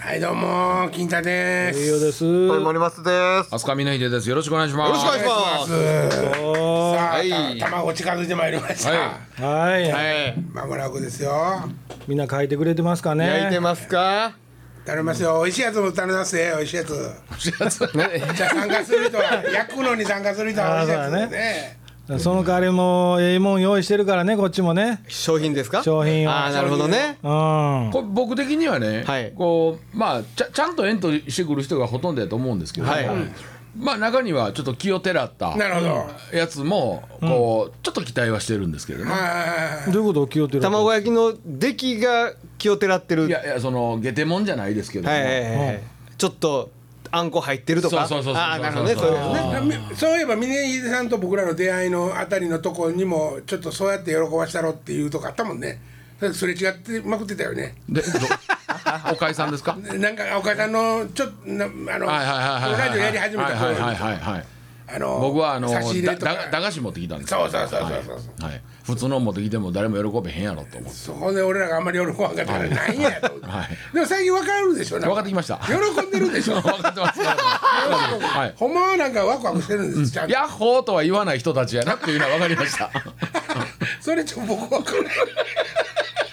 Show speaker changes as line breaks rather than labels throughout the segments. はいどうも金太で
栄
す。
養です。よ
森松です。
飛鳥みなひでです。よろしくお願いします。
よろしくお願いします。
さあ、
はい
た卵近づいてまいりました。
は
はい、
はい。
まもなくですよ。
みんな書いてくれてますかね。
焼いてますか。
頼みますよ。美味しいやつも頼みますね。美味しいやつ。
ね
じゃあ参加する人は焼くのに参加する人は美味しいやつ
あ
ね
ーそうだその代わりもええもん用意してるからね、こっちもね。
商品ですか。
商品を
ああ、なるほどね。
うん。
これ僕的にはね、
はい
こうまあちゃちゃんとエントリーしてくる人がほとんどやと思うんですけど、
はい
まあ中にはちょっと気をてらった
なるほど。はい
やつもこうちょっと期待はしてるんですけどね。
はい
どういうことを気をてる。
卵焼きの出来が気をてらってる。
い
はい
やいやその下手もんじゃないですけど、
はいはいはい。ちょっとあんこ入ってるとか。
そうそうそうそう
ああ、なるほどね。
そ
そうういううこと
そそう
ね。
はいみそういえば峰秀さんと僕らの出会いのあたりのとこにもちょっとそうやって喜ばしたろっていうとこあったもんね。それすれ違ってまくってたよね。
でどおかいさんですか。
なんか岡田のちょっとなあの
はいはいはいはいはい。
ラジオやり始めた
はいはい
頃
はいはいはい。
あの
僕はあのだ
差し入れとか
だ駄菓子持ってきたんですよ
そうそうそうそうそう
はいはい普通の持ってきても誰も喜べへんやろと 思って。
そこで俺らがあんまり喜ばんかったからなんやと思って、
はい
でも最近分かるでしょなん
分かってきました
喜んでるでし ょ
分かってます。はい。
ほんまはなんかワクワクしてるんです、ちゃんと
ヤッホーとは言わない人たちやなっていうのは分かりました。
それちょっと僕分かる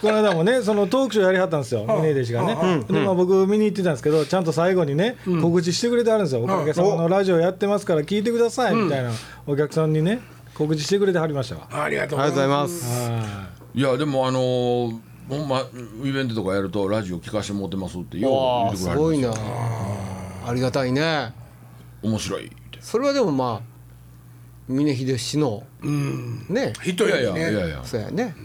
この間もね、そのトークショーやりはったんですよ、峰弟子がね。で、まあ、僕見に行ってたんですけど、ちゃんと最後にね、告知してくれてあるんですよ。おかげさまのラジオやってますから、聞いてくださいみたいな、お客さんにね、告知してくれてはりましたわ。
ありがとう
あ
ご
りがとうござ
ざい
い
ま
ます。
はい
いやでもあのーほんまイベントとかやるとラジオ聞かしてもらってますってよう
わ
言
あ、
って
す
くれ
ご
る
いな。ありがたいね。
面白いって。
それはでもまあ。峰秀氏の。ね。
す人
い
よ
やい
り
やいやい
ね
や
そうやね。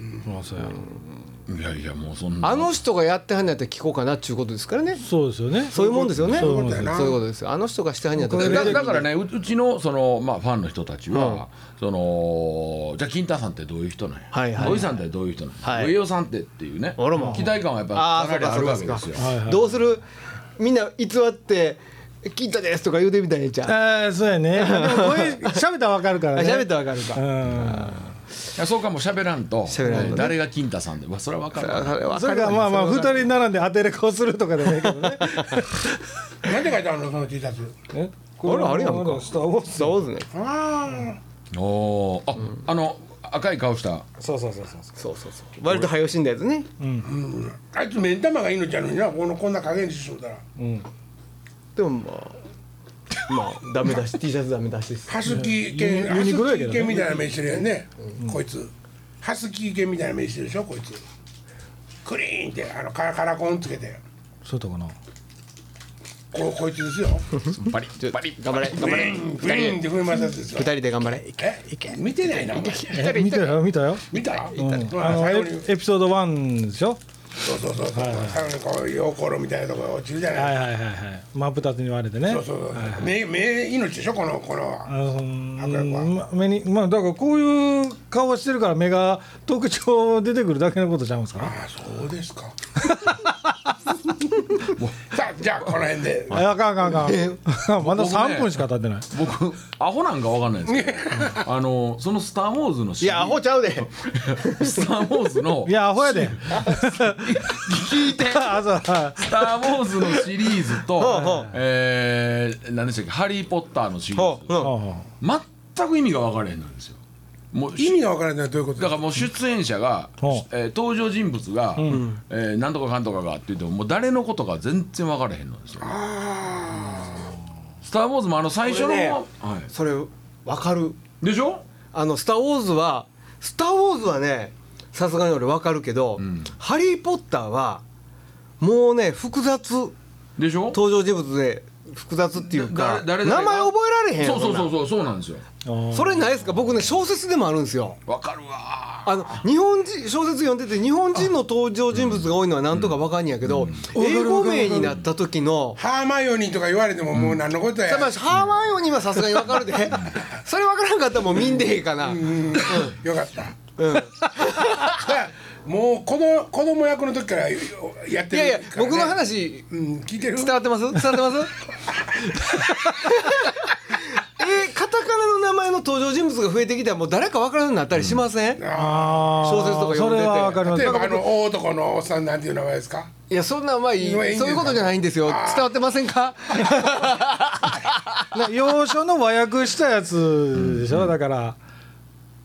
いやいやもうそんな
あの人がやってはんのやったら聞こうかなっちゅうことですからね。
そうですよね。
そういうもんですよね。
そ
そうう
いう
いう
もんです
よ
ことです。あの人がしてはんのやったら。
だだからねううちのその、まあ、ファンの人たちは、そのじゃあ金太さんってどういう人なんや、
はいはい
おじさんってどういう人なんや、
はい
おいおさんってっていうね
あらま
期待感はやっぱ
あ
かなり
ー
あ
そう
る
か
わ
そ
け
うか
です
そう
よ
か。どうするみんな偽って「聞いたです」とか言うてみたいんちゃう
ああ、そうやね。でも、これ、喋ったらわかるから
あ
ね。
喋ったらわかる
う
か
ん。
いやそうかも喋らんと
喋らんとね
誰が金太さんで、まあ、それは分からん
あれわ
そ
か
れ
る
か
わ
まあまあ
そ
二
れわかる
人並んで当てれこするとかでもいいけどね。
なんて書いてあるのその T シャツ
え
あらあれやんか
こスターウォーズ
そうですね
あ
おーあ、あの赤い顔した
そうそうそうそうそ
そうそうそう割と早死んだやつね
ああいつ目ん玉がいいのちゃうのになこのこんな加減にしとったら
う。うん。
でもまあまあダメだし T シャツダメだしです
ハスキー系
ユニ
ハスキ
ユニクロやけ
ー
どね
系みたいな目してるやんね、こいつハスキー系みたいな目してるでしょこいつクリーンってあのカラカラコンつけて
そうとかな。
ここいつですよ
バリッバリッ
頑張れ頑張
ブ
れ
リンブリンって振り回すやつですよ
二人で頑張れ
え見てないなお前
え見たよ見たよ。
見た
うんあ
ほら
の
最後
エ
に
ピエピソードワンでしょ。
そうそうそうそう最後にこういうころみたいなところ落ちるじゃ
は
ない
いはいはいはい。真っ二つに割れてね。
そうそうそう目目命でしょこのこの
あの
迫
う
力は
んま目にまあだからこういう顔してるから目が特徴出てくるだけのことちゃうんですか。
あそうです かさあじゃあこの辺で
ああかんあかんあかん。まだ
僕ね
三分しか経ってない。
僕アホなんか分かんないですけどあのその「スター・ウォーズ」の
い
CD
やアホちゃうで
スター・ウォーズの
いやアホやで。
聞いて
あそうは
スター・ウォーズ」のシリーズ
ほうほ
と
う
えー何でしたっけ「ハリー・ポッター」のシリ
ほ
ーズ
う
い。
うん
あ
全く意味が分からへんなんですよもう
意味が分からないのはどういうこと
だ
です
からもう出演者が、
ほ
えー登場人物が、えーなんとかかんとかがって言ってももう誰のことか全然分からへんのですよ。スター・ウォーズもあの最初の、
これね
は
それわかる
い、でしょ
あの「スター・ウォーズは」スター・ウォーズ」はねさすがに俺わかるけど「ハリー・ポッターは」もうね複雑
でしょ
登場人物で複雑っていうか
だ
名
誰
前
々が
覚えられへんや
そ
ん
うそうそ
そん
うそうそうなんですよ。
あ
なそれないですか僕ね小説でもあるんですよ
わかるわ
あの日本人小説読んでて日本人の登場人物が多いのはなんとかわかんねやけど、英語名になった時の
ハーマイオニーとか言われてももう何のことや
さまあハーマイオニーはさすがにわかるで それわからんかったらもう見んでへんかな、
よかった
うん
もう子供子供役の時からやってるからね
いやいや僕の話
うん聞いてる
伝わってます伝わってます えーカタカナの名前の登場人物が増えてきたらもう誰か分からなくなったりしません、
あー
小説とか読んでて
それはわかります
例えばあの大男のおっさんなんていう名前ですか
いやそんなんまあいい
今いいんですか
そういうことじゃないんですよ
あー
伝わってませんか
な幼少の和訳したやつでしょ、だから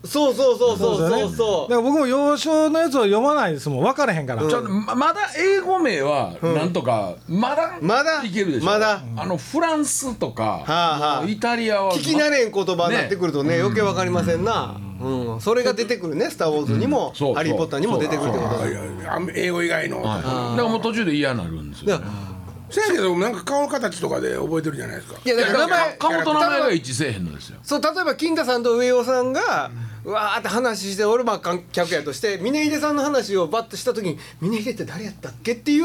そうそうそうそう
ですよねだ
そうそう
から僕も幼少のやつは読まないですもん分からへんから、
ちょっとままだ英語名はなんとか、まだ
まだ
いけるでしょ
まだ
あのフランスとか、
あはあ
イタリアは
聞き慣れん言葉になってくるとね余計分かりませんな、うん、それが出てくるね「スター・ウォーズ」にも「
そうそう
ハリー・ポッター」にも出てくるってこと
あいやあん英語以外の、
はいだからもう途中で嫌になるんですよ、
だか
ね
ら、
そやけどなんか顔の形とかで覚えてるじゃないですか
いやだから名前
顔と名前が一致せえへんのですよ
そう例えば金田さんと上尾さんが、うわーって話して俺まあ観客やとして峰秀さんの話をバッとした時に峰秀って誰やったっけっていう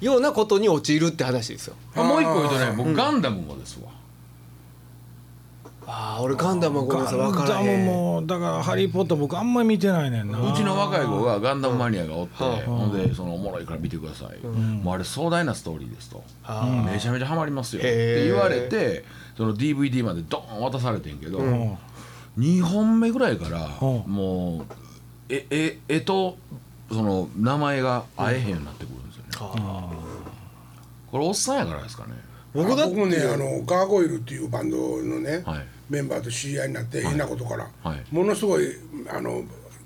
ようなことに陥るって話ですよ、
あもう一個言うとね僕ガンダムもですわ、
ああ俺ガンダムはごめんなさい分から
ガンダ
へ
ム
ん
もだから「ハリー・ポッター」僕あんまり見てないねんな
うちの若い子がガンダムマニアがおって、ほんでそのおもろいから見てください、もうあれ壮大なストーリーですと、めちゃめちゃハマりますよって言われてその DVD までドーン渡されてんけど、2本目ぐらいから、
うん
もうえええとその名前が会えへんようになってくるんですよね、これおっさんやからですかね
僕だ僕もねあのガーゴイルっていうバンドのね、
はい
メンバーと知り合いになって変なことから、
はい
ものすごいあの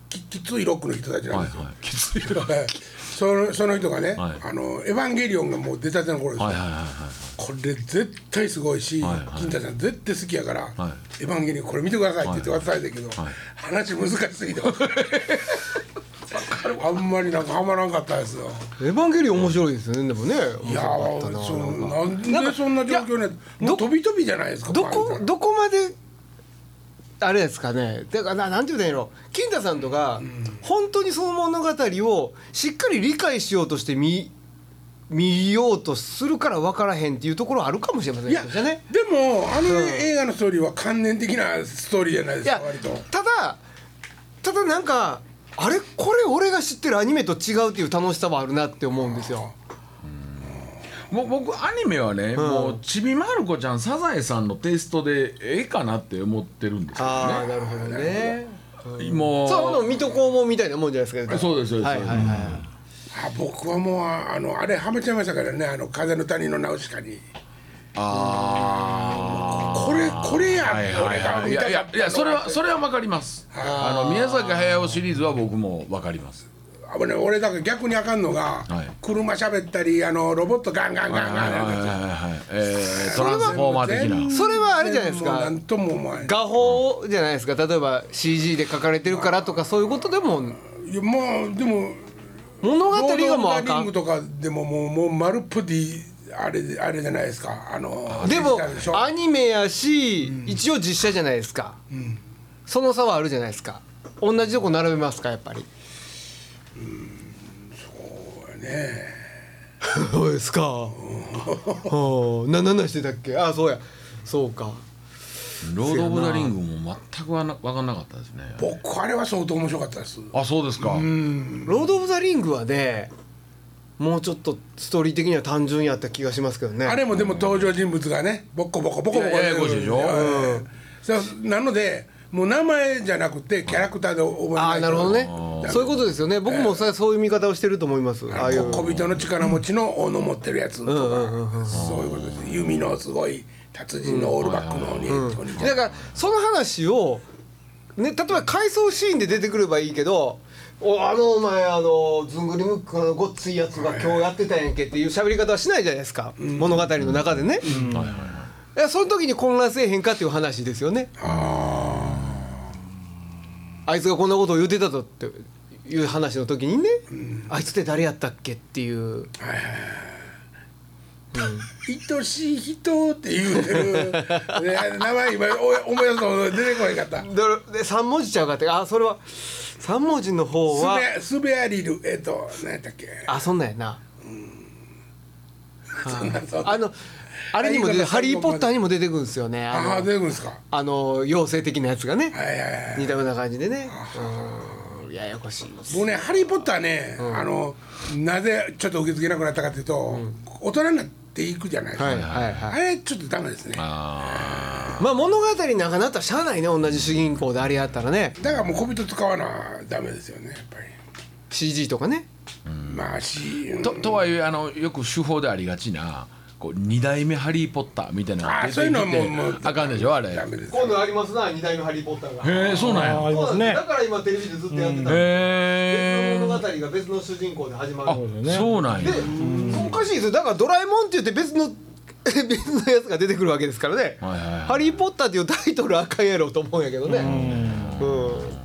ききついロックの人たちなん
はい
ですよ、
はいきついはい
はい そのその人がね、
はい
あの「エヴァンゲリオン」がもう出たての頃ですよ、
はいはいはい
これ絶対すごいし、
はいはい
金太さん絶対好きやから「
は
エヴァンゲリオンこれ見てください」って言って
はい
渡されたけど、
はい
話難しすぎてわかるあんまりなんかハマらんかったですよ
エヴァンゲリオン面白いですよねでもね
いやーそのなんでそんな状況ね
や
もう飛び飛びじゃないですか
ど
バン
こ
ド
どこまであれですかねだからななんて言うんだろう金田さんとか、本当にその物語をしっかり理解しようとして見見ようとするから分からへんっていうところあるかもしれません
いや
けどね
でもあの映画のストーリーは観念的なストーリーじゃないで
い
すか
や
割と
ただただなんかあれこれ俺が知ってるアニメと違うっていう楽しさはあるなって思うんですよ。
もう僕アニメはね、もうちびまる子ちゃんサザエさんのテイストでええかなって思ってるんですよ
ああ
ね
なるほどね。
もう
そうの水戸黄門みたいなもんじゃないですか。
そうですそうです
はいはいはい。
あ僕はもうあのあれはめちゃいましたからねあの風の谷のナウシカに
あ
これこれや
はいは
俺
いはいい
が
や
見
い
たか
や
った
いやそれはそれはわかりますあの宮崎駿シリーズは僕もわかります
あのね俺だから逆にあかんのが、
はい
車喋ったりあのロボットガンガン
はい
ガ
は
ン
い
ガンガン
はい
ガン
はいはいえートランスフォーマー的な
それはあれじゃないですか
もうなんとも思わない
画法じゃないですか例えば CG で書かれてるからとかそういうことでも
いやもうでも
物語
ロードオ
が
ブ
もう
ザ
あか
リング
ん
とかでももうもう丸っぽりあれであれじゃないですかあの
でも
デジタルしょ
アニメやし、一応実写じゃないですか、その差はあるじゃないですか同じとこ並べますかやっぱり うんそうねそうですか はあな何してたっけあそうやそうか
ロード・オブ・ザ・リングも全くわなわかんなかったですね
僕あれは相当面白かったです
あそうですか
ロード・オブ・ザ・リングはねもうちょっとストーリー的には単純やった気がしますけどね
あれもでも登場人物がねボッコボコボコボコ
いやややこしいでしょ
うんそうなのでもう名前じゃなくてキャラクターで覚えないと
ああなるほどねそういうことですよね僕もさそういう見方をしてると思いますああいう
こ小人の力持ちの斧持ってるやつとか、そういうことです弓のすごい達人のオールバックの鬼、鬼じゃない
だからその話をね例えば回想シーンで出てくればいいけどおあのお前あのずんぐりむっくのごっついやつが今日やってたんやんけっていう喋り方はしないじゃないですか物語の中でね
はいはいはい
いやその時に混乱せえへんかっていう話ですよねあいつがこんなことを言ってたとっていう話の時にね、あいつって誰やったっけっていう
愛しい人って言うてるね名前今お思い出すの出てこへんかった
だからで3文字ちゃうかってあそれは3文字の方は
スベスベアリルえっ、と何やったっけ
あそんなんやな
そんなそんな
あのあれにも出て「ハ
ハリ
リ
ー
ー・
ポ
ポ
ッ
ッ
タ
タ
ー
ー」にも出てくるんですよねあ
ああー出
の
てくるんですか
あの妖精的なやつがね
はいはいはい
似たような感じでねうんややこしいです
僕ね「ハリー・ポッターね」あのなぜちょっと受け付けなくなったかというと、大人になっていくじゃないですか、
はいはいはい
あれちょっとダメですね
あ
まあ物語長なったらしゃあないね同じ主人公であれやったらね
だからもう小人使わなダメですよねやっぱり
CG とかね
まあし
ととはいえあのよく手法でありがちなこう二代目ハリー・ポッターみたいなのが
あ
出てきて
そういうのはもうもう
あかんでしょあれへ
ダメです
今度ありますな二代目ハリー・ポッターが
えそうなん
あ
や
りますね
だから今テレビでずっとやってた別
へえ
の物語が別の主人公で始ま
あ
る
ね
そうなんや
でおかしいですよだから「ドラえもん」って言って別の 別のやつが出てくるわけですからね「
はいはいはい
ハリー・ポッター」っていうタイトルあかんやろうと思うんやけどねうん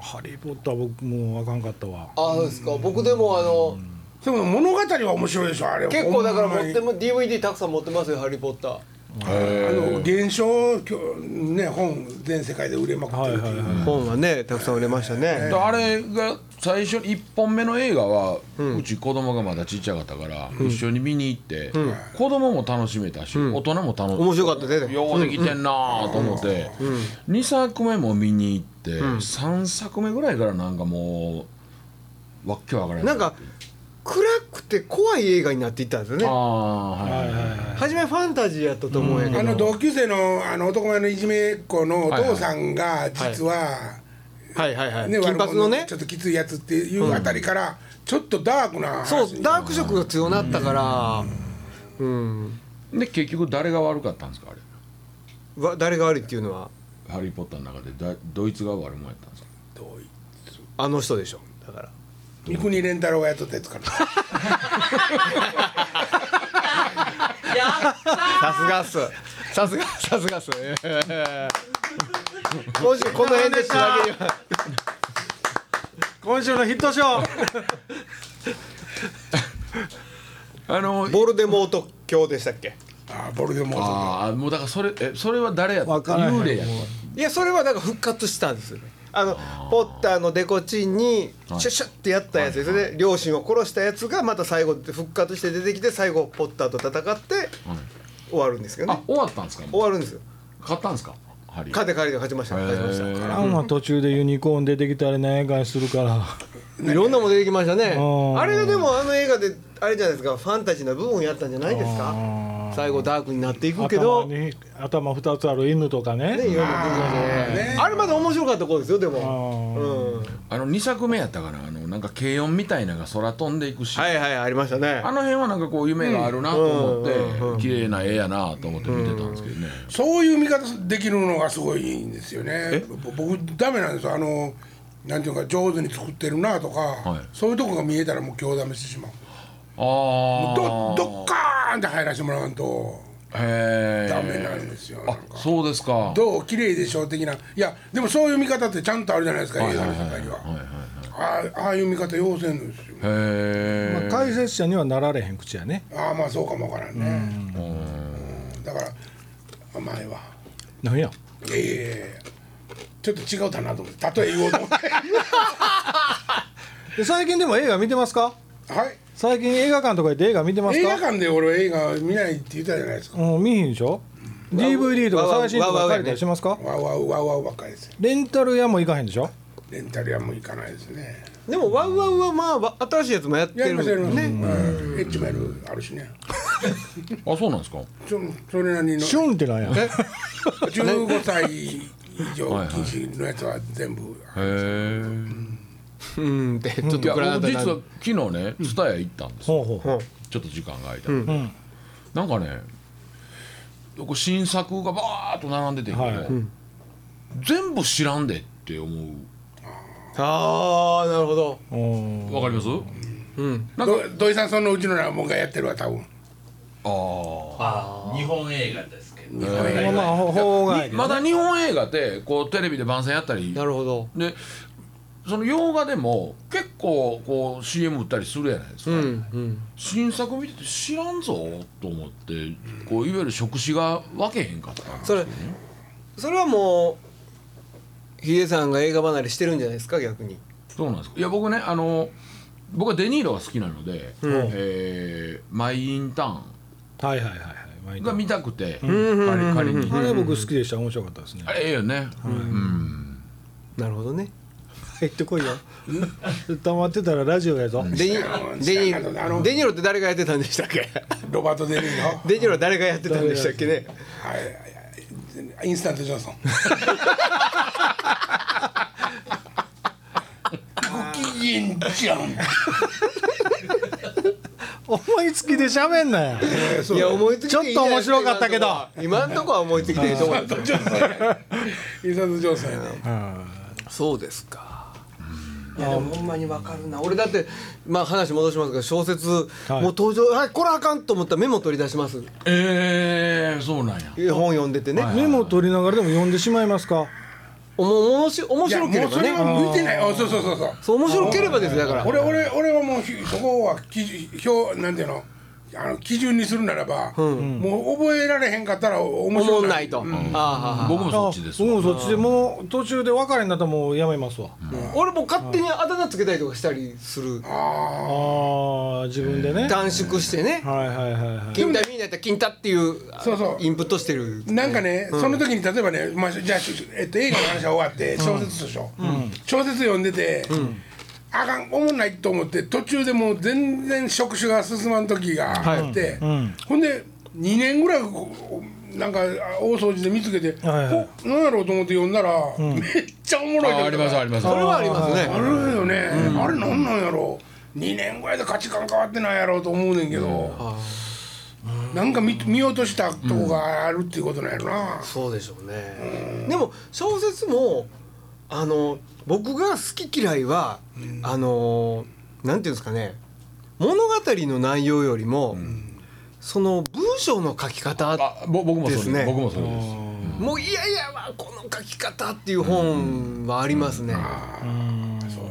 ハリー・ポッター僕もうあかんかったわ
あそうですか僕でもあの
でも物語は面白いでしょあれ
結構だから
ほんま
持
に
っても DVD たくさん持ってますよ「ハリー・ポッター」
あの現象きょね本全世界で売れまくってるっていう、
はいは
本はねたくさん売れましたね
あれが最初1本目の映画は、うち子供がまだちっちゃかったから、一緒に見に行って、子供も楽しめたし、大人も楽しめ
面白かったね
ようできてんなと思って、2作目も見に行って、3作目ぐらいからなんかもうわっけわからない
なんか暗くて怖い映画になっていったんですよ
あ
ね
あはいはいはい
初めファンタジーやったと思うんやけど
あの同級生のあの男前のいじめっ子のお父さんが実は、
はいはいはい
ね
金
悪
髪
者
のね
ちょっときついやつっていうあたりからちょっとダークな
そ
話
うダーク色が強なったからうん
で結局誰が悪かったんですかあれ
わ誰が悪いっていうのは
ハリー・ポッターの中でだドイツが悪いもんやったんですか
遠い
あの人でしょだから
三國連太郎が雇ったやつから
さすがっすさすがさすがっすえー今週この辺でしだけ には
今週のヒット賞
あの
ボルデモート教でしたっけ
あーボルデモートの
ああもうだからそれえそれは誰やった
わからへん
幽霊やっ
もう
いやそれはなんか復活したんですよねあのポッターのデコチンにシュッシュッってやったやつですよね、両親を殺したやつがまた最後復活して出てきて最後ポッターと戦って
た、はい
終わるんですけど
あ
ね
終わったんですかもう
終わるんですよ
買ったんですかハリー
勝て借りで勝ちました勝ちまし
へー
あんま途中でユニコーン出てきたり何やかんするから
たいろんなもん出てきましたね
うん
あれがでもあの映画であれじゃないですかファンタジーな部分やったんじゃないですか最後ダークになっていくけど
頭に頭二つある犬とかね
ねいろんな分野で
ね
あれまだ面白かったことですよで
あ
も、うん、
あの2作目やったかなあのなんか軽音みたいなのが空飛んでいくし、
はいはいありましたね
あの辺はなんかこう夢があるなと思って、綺麗な絵やなと思って見てたんですけどね、
そういう見方できるのがすごいんですよねぼ僕ダメなんですよあのなんていうか上手に作ってるなとか、
い
そういうとこが見えたらもう興ざめしてしまう
ああ
どどっかーんって入らせてもらわんと
へえ
ダメなんですよ、なんか
あそうですか
どう綺麗でしょう的ないやでもそういう見方ってちゃんとあるじゃないですか映画の世界には
はいはい
ああああいう見方要せんのですよ
へえ、
まあ、解説者にはなられへん口やね
ああまあそうかもわからんねうんだからあ前は
何や
ええちょっと違うかなと思って例え言おうと思って
で最近でも映画見てますか
はい
最近映画館とか行って映画見てます
映
か
画館で俺映画見ないって言ったじゃないですか
うん、見ひんでしょ DVD とか最新とか借りたりしますか
わうわうわうわうばっかりですよ
レンタル屋も行かへんでしょ
レンタル屋も行かないですね
でもワウワウはまあわ新しいやつもやって
やり
る
ますやります
ね
うんエッチもやるあるしね
あそうなんですか
ちょそれなりの
シュンってなんや
え
15歳以上禁止のやつは全部
へえ
うんってちょっ
い
と
や
暗
僕
なった
実
な
は昨日ね蔦屋行ったんですよ
ほうほうほう
ちょっと時間が空いた、なんかねこう新作がバーッと並んでてんけど、
はい
全部知らんでって思
ああなるほど
うん
うわかります、なんか
ど土井さんそのうちのもんがやってるわ多分
あ
日本映画ですけど
日本映
まあまあほ法外
あまだ日本映画ってこうテレビで番宣やったり
なるほど
でその洋画でも結構こう CM 打ったりするじゃないですか、
うんうん
新作見てて知らんぞと思ってこういわゆる触手が分けへんかったんです
そ
よ
れそれはもうヒデさんが映画離れしてるんじゃないですか逆に
そうなんですかいや僕ねあの僕はデニーロが好きなので、えーマイ・インター
はいはいはいはい毎
ン
度
が見たくて、
ん
借り借りに
あれ僕好きでした面白かったですね
あれええよね、うん
なるほどね
行ってこいよ黙ってたらラジオやぞ
デニデニ
あの
デニーロって誰がやってたんでしたっけ
ロバート・デ・ニーロは
デニーロ誰がやってたんでしたっけね
いインスタント・ジョンソンご機嫌じゃん
思いつきで喋んなよ
いや思いつきでいいじゃないで
ち
す
ょっと面白かったけど
今んとこは思いつきでいいとこだった
インスタント・ジョンソンやね
そうですか。いやでもほんまにわかるな俺だってまあ話戻しますけど小説、
はい
もう登場あこれあかんと思ったらメモ取り出します
ええそうなんや
本読んでてね、
メモ取りながらでも読んでしまいますか
おもおもし面
いや
白
も
けれ
うそ
ば
れ
ね
は向いてないあそうそうそうそう
そう面白ければですだから
俺俺俺はもうひそこは基準表なんていうのあの基準にするならば、もう覚えられへんかったら面
思
白
ん
い
ないと、ああはあは
僕もそっちです
あ
わ
僕もそっちでもう途中で分かれへんなったらもうやめますわ、
あ俺も勝手にあだ名つけたりとかしたりする
あ
ああ自分でね
短縮してね
はいはいはいは
「
い
金太みんなやったら金太」っていう
そうそう
インプットしてる
あなんかね、その時に例えばね、まあ、じゃあ、しえっと、映画の話は終わって小説でしょ、小説読んでて、あかんおもんないと思って途中でもう全然触手が進まん時があって、ほんで2年ぐらいこうなんかあ大掃除で見つけて、
はいはい
おなんやろうと思って読んだら、めっちゃおもろい
あありますあります
それはありますね
あるよね、あれなんなんやろ2年ぐらいで価値観変わってないやろうと思うねんけど、なんか見見落としたとこがあるっていうことなんやろな、
そうでしょうね。でも小説もあの僕が好き嫌いは、あのなんていうんですかね物語の内容よりも、その文章の書き方
あぼ僕もそれ
で
ですす、
ね
僕もそれです
もういやいやまあこの書き方っていう本はありますね。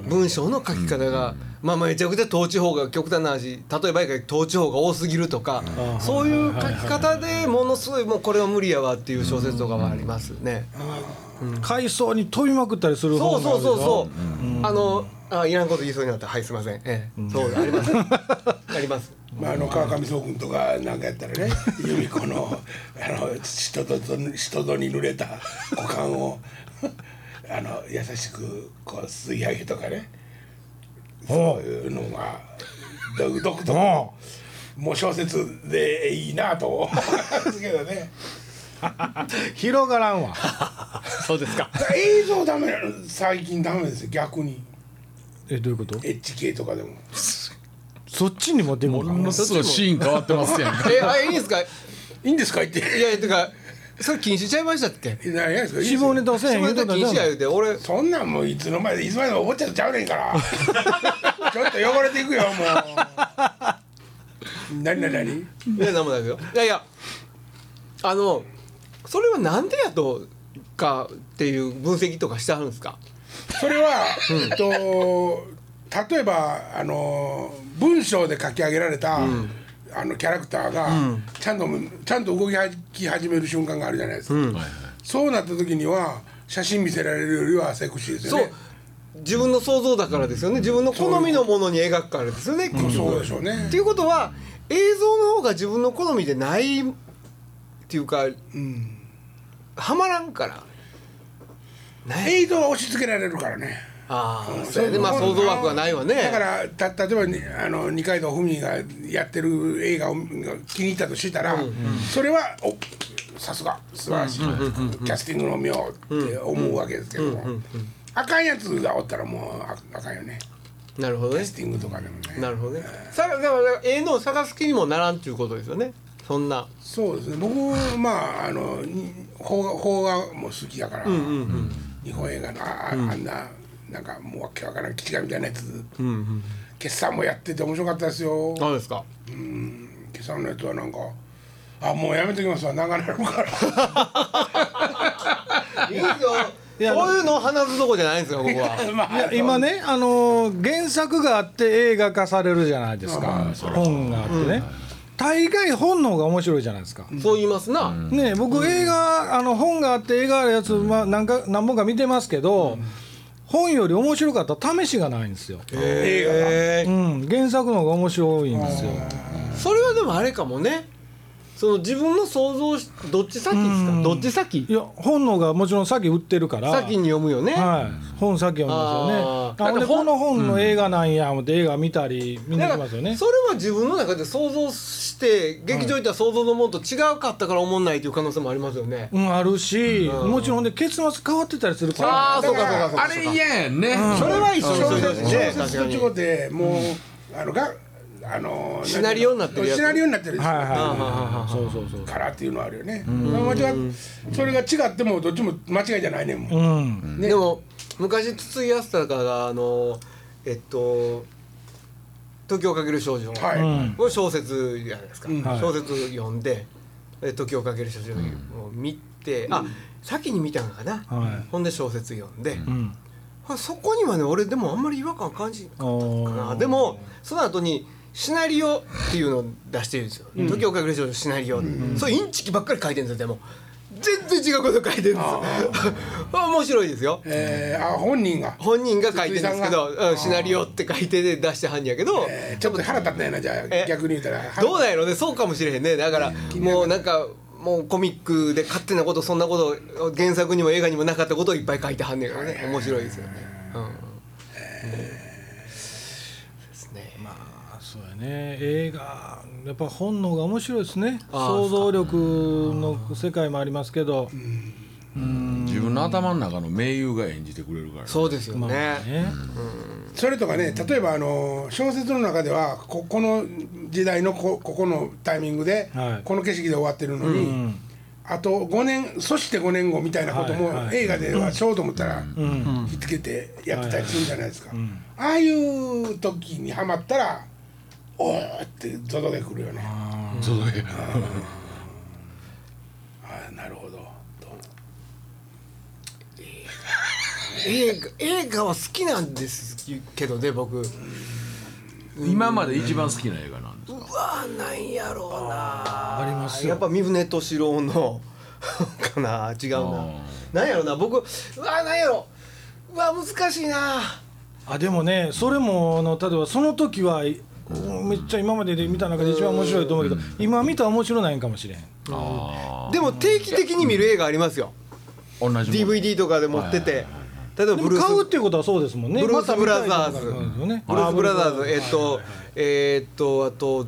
文章の書き方が、まあまあめちゃくちゃ統治法が極端な話例えばやけど統治法が多すぎるとか、そういう書き方でものすごいもうこれは無理やわっていう小説とかはありますね。
階層に飛びまくったりする
そ
方
う
もあるで
そ
しょ
うそうそう。あのあいらんこと言いそうになったはいすいません。ええ、そうあります。あります。
まあ、あの川上壮君とかなんかやったらね 由美子のあの人と人とに濡れた股間を あの優しくこう吸い上げとかねそういうのが独独特のもう小説でいいなと思うんですけどね。
広がらんわ
そうですか。
映像ダメなの最近ダメですよ逆に
えどういうこと
HK とかでも
そっちに持っていくのか
ものすごいシーン変わってますやん
えあいいんですか。い
いいんですか言ってい
やいやてかそれ禁止ちゃいましたっけ。
やいやですかいいです
死
よ
亡ネタをせえへん
下
言
ネ
うて
タ
たじ
禁
ゃ
止
ん
や言うて俺
そんなんもういつの前でいつまでもお坊ちゃんとちゃうねんから ちょっと汚れていくよもう何何何
いや何もないけどいやいやあのそれはなんでやとかっていう分析とかしてはるんですか
それは、えっと例えばあの文章で書き上げられた、あのキャラクターが、ちゃんとちゃんと動き始める瞬間があるじゃないですか、
はいはい
そうなった時には写真見せられるよりはセクシーですよ
そう
ね
自分の想像だからですよね自分の好みのものに描くからですよね結局
そうでしょうね
っていうことは映像の方が自分の好みでないっていうか、はまらんからない
映像は押し付けられるからね
ああそれでまあ想像枠がないわね
だからた例えばねあの二階堂ふみがやってる映画を気に入ったとしたら、それはおさすが素晴らしい、キャスティングの妙って思うわけですけども、あかんやつがおったらもうああかんよね
なるほど
キャ
ね
スティングとかでもね
なるほどねさだからええのを探す気にもならんっていうことですよねそんな
そうですね僕まああのに邦画邦画も好きだから、日本映画のあ,、あんななんかもうわけわからん吉がみたいなやつ、決算もやってて面白かったですよ
何ですか
今朝のやつはなんかあもうやめときますわ長なるから
いいよ。
いや
そういうのを話すとこじゃないんですよ、ここは。
まあ
今ね、あのー原作があって映画化されるじゃないです
まあ
か
まあそれは
本があってね大概本の方が面白いじゃないですか
そう言いますな。
ね僕映画あの本があって映画あるやつまあ何か何本か見てますけど本より面白かった試しがないんですよ
映
え
うん原作の方が面白いんですよ
ーそれはでもあれかもね。その自分の想像しどっち先ですかどっち先
いや本能がもちろん先売ってるから
先に読むよね、
はい、本先読みますよね
あ
あほんでこの本の映画なんや思って映画見たり見に
だ
行
か
きます
らそ
よ
れ
ね
は自分の中で想像して劇場行ったら想像のものと違うかったから思んないという可能性もありますよね、
うんあるしもちろんで結末変わってたりするから
ああそうかそうかそうか
あれ嫌やんね、
それは一緒
小
にし
説
て
小説と違うてもうあのがあの
シナリオになってるやつ
シナリオになってる
はいはいはいそうそうそう
からっていうのはあるよね間違っそれが違ってもどっちも間違いじゃないねんもん
うん
ね
でも昔筒井康隆があのえっと「時をかける少女」
はい
うん
これ小説じゃないですか、
うん
はい
小説読んで「で時をかける少女」を見て、あ先に見たのかな、
はい
ほんで小説読んで、
うん
あそこにはね俺でもあんまり違和感感じ
あ
かな
ー
でもその後にシナリオっていうのを出してるんですよ「時をかける少女」のシナリオ、それインチキばっかり書いてるんですよでも全然違うこと書いてるんですよ 面白いですよ
えーあ本人が
本人が書いてるんです
筒
け
井
ど
さんが
うんシナリオって書いて出してはんやけど、
えーちょっと腹立ったんやなじゃあ
え
逆に言うたら
どうなんやろねそうかもしれへんねだからもうなんかもうコミックで勝手なことそんなこと原作にも映画にもなかったことをいっぱい書いてはんねんからね面白いですよね。うんですね
あそうやね映画やっぱ本能が面白いですね
あー
想像力の世界もありますけど
自分の頭の中の名優が演じてくれるから、
そうですよ
まあ
ね。
ね
それとかね例えばあの小説の中ではここの時代のこここのタイミングで、
はい
この景色で終わってるのに、
ん
あと5年そして5年後みたいなことも、
はいはい
映画ではしようと思ったら、
うん
引っつけてやってたりするじゃないですか、ああいう時にはまったらおーってゾゾがくるよねあ
そうだね
あなるほどと
映画映画は好きなんですけどね僕。
今まで一番好きな映画なんです
うわなんやろうな
ありますよ
やっぱ三船敏郎の かな違うななんやろうな僕うわなんやろうわ難しいな
あでもねそれもあの例えばその時はめっちゃ今までで見た中で一番面白いと思うけど今見たら面白ないんかもしれん
あ
でも定期的に見る映画ありますよ
ー同じもの
DVD とかで持ってて例えば
で
ブ
も
ルース
買うっていうことはそうですもんね
ブルースブラザーズ
ブ
ブルース・ブラザーズえっとえーっとあと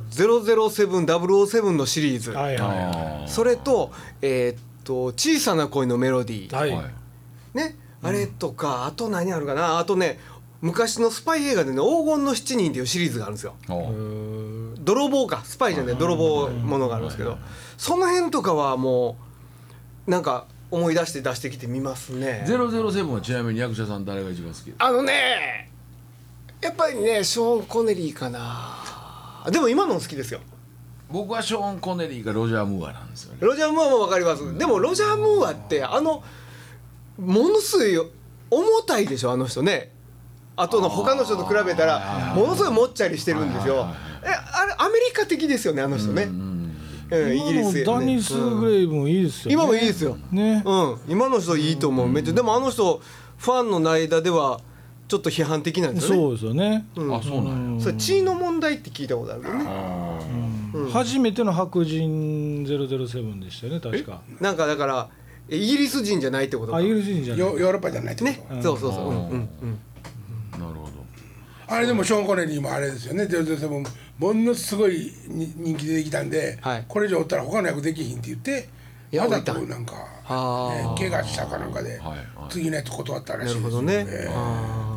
007007のシリーズ
はいはいは
あ
それとえーっと小さな恋のメロディ
い
ー
はい
ー
は
はい
い
ね、あれとかあと何あるかなあとね昔のスパイ映画でね「黄金の7人」っていうシリーズがあるんですよ
おう
泥棒かスパイじゃない泥棒ものがあるんですけどその辺とかはもうなんか思い出して出してきてみますね
007はちなみに役者さん誰が一番好きですか
あのねやっぱりねショーン・コネリーかなでも今のも好きですよ
僕はショーン・コネリーかロジャー・ムーアなんですよね
ロジャー・ムーアも分かりますでもロジャー・ムーアってあのものすごい重たいでしょあの人ねあとの他の人と比べたらものすごいもっちゃりしてるんですよえあれアメリカ的ですよねあの人ねうんイギリス
今のダニス・グレイもいいですよね
今もいいですよ
ね
うん今の人いいと思うめっちゃでもあの人ファンの間ではちょっと批判的なんです
そ
よね
うですよね
あそうなんや
それ地位の問題って聞いたことあるよね
初めての白人007でしたよね確か
なんかだからイギリス人じゃないってことか
あイギ
ね
リス人じゃない
ヨヨーロッパじゃないってこと、
そうそうそううんうんうん
なるほど
あれでもショーン・コネリーもあれですよね「007」もものすごいに人気出てきたんで、
はい
これ以上おったら他の役できひんって言って
いや
わざと
降り
なんか、
あ
ね、怪我したかなんかで、
はいはい
次のやつ断ったらし
ないる
ですよ
ほどね。
ええ
あ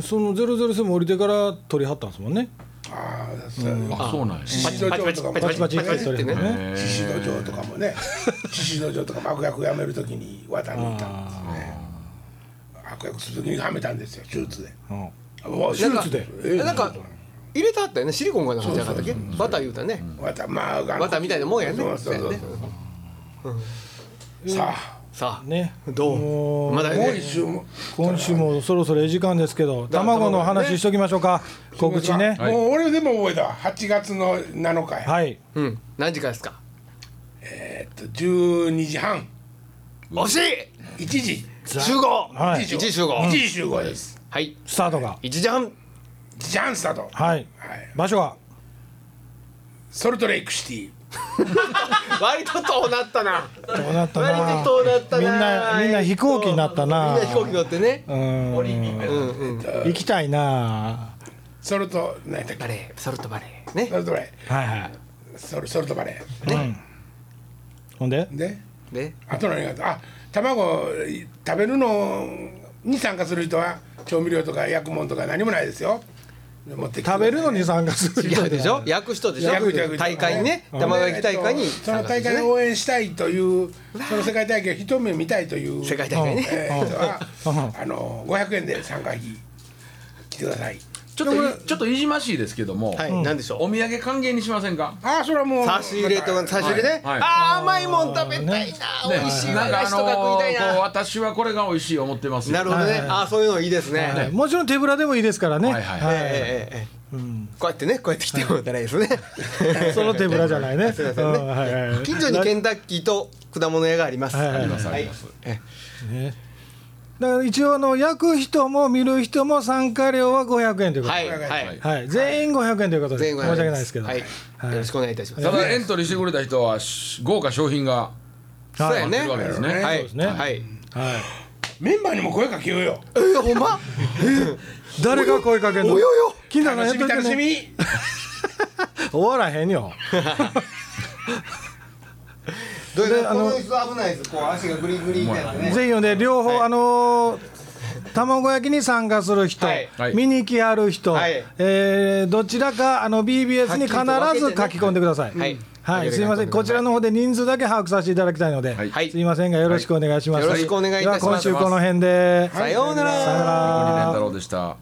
その007降りてから撮りはったんですもんね
ああそういう
あそうなんや
獅子土壌とかも
パチパチ
ね
って撮りはったね
へ
獅子土壌とかもね獅子土壌とか悪役やめるときに渡りに行ったんですね悪役するときにはめたんですよ手術で
うん
お手
ーなん
術
か
でええ
なんか入れたあったよね。シリコンがなんかじゃなかったっけ？バター言うたね。
渡まあ
またみたいなもんやね
そうそうそうそうさあ
さあ
ね
ど
も
う？
う
まだ
もう
ね
一。周も
今週もそろそろええ時間ですけど
だ
卵の
卵ね
話しときましょうか告知ね
もう俺でも覚えたわ8月の7日や、
はい
うん。何時からですか？
えっと12時半
惜し
1時
い。集合。
はい
一時集合。
1時集合です
はい。
スタートが
一時半。
ジャンスタート
はい
はい
場所が
ソルトレイクシティ
割と遠なったな
どうなった
割
な
と遠なったな
みんなみんな飛行機になったな
みんな飛行機乗ってね
うん
オリンピックや
うん
な
うん
行きたいな
ソルト何だっ
バ
け
レーソルトバレーね
ソルトバレ
はいはい
ーソルソルトバレ
うんほんで
ーで
で
あと何があったあ卵食べるのに参加する人は調味料とか薬物とか何もないですよ持ってきて
食べるのに参加する
いやでしょ焼く人でしょ
焼く人焼く人
大会にね
うん
玉垣大会に
えっとその大会
参加する
を応援したいというその世界大会を一目見たいという
世界大会ね
えー人は
うん
あの500円で参加費来てください
ちょっといちょっといじましいですけども、
はいなんでし
お
ょ
土産還元にしませんか
ああそれはもう
う差し入れとか差し入れね
はいはい
あー甘いもん食べたいな美
ね
味しいお
なんか
菓
あ
子
の
とか食いたい
こう
な
私はこれが美味しい思ってますよ
なるほど
は
ね
いはい
あーそういうのいいですね
はいもちろん手ぶらでもいいですからね
はいはい
えええええ
う
え
ん
こうやってねこうやって来てもらったらいいですね
その手ぶらじゃないねうんはいはいはい
近所にケンタッキーと果物屋があります
はいはい
ありますあ
は
り
い
ます、
ねだから一応あの焼く人も見る人も参加料は500円ということ
は
で
いはい
はい全員500円ということで
前
申
後
し訳ないですけど
はい、
はい
よろしくお願いいたします
ただエントリーしてくれた人はし豪華商品が
そうやね
あるわけですね
はい
そうですね
はい
はい
メンバーにも声かけようよ
えー、ほんま
誰が声かけんの
およよ
金田の
楽
やっ
しみ
といて
楽し
ね
み
終わらへんよ
どう
であの
子危ないですこう足がグリグリみたいな
ぜひ読んで両方あのー卵焼きに参加する人
はい
はい
見に来はる人
はい
えーどちらかあの BBS に必ず書
はっきりと分けてね
き込んでください
はい
はいすいませんこちらの方で人数だけ把握させていただきたいので
はい
はい
すいませんがよろしくお願いします
よろしくお願いいたします
では今週この辺で
さようなら
さようなら
蓮太郎でした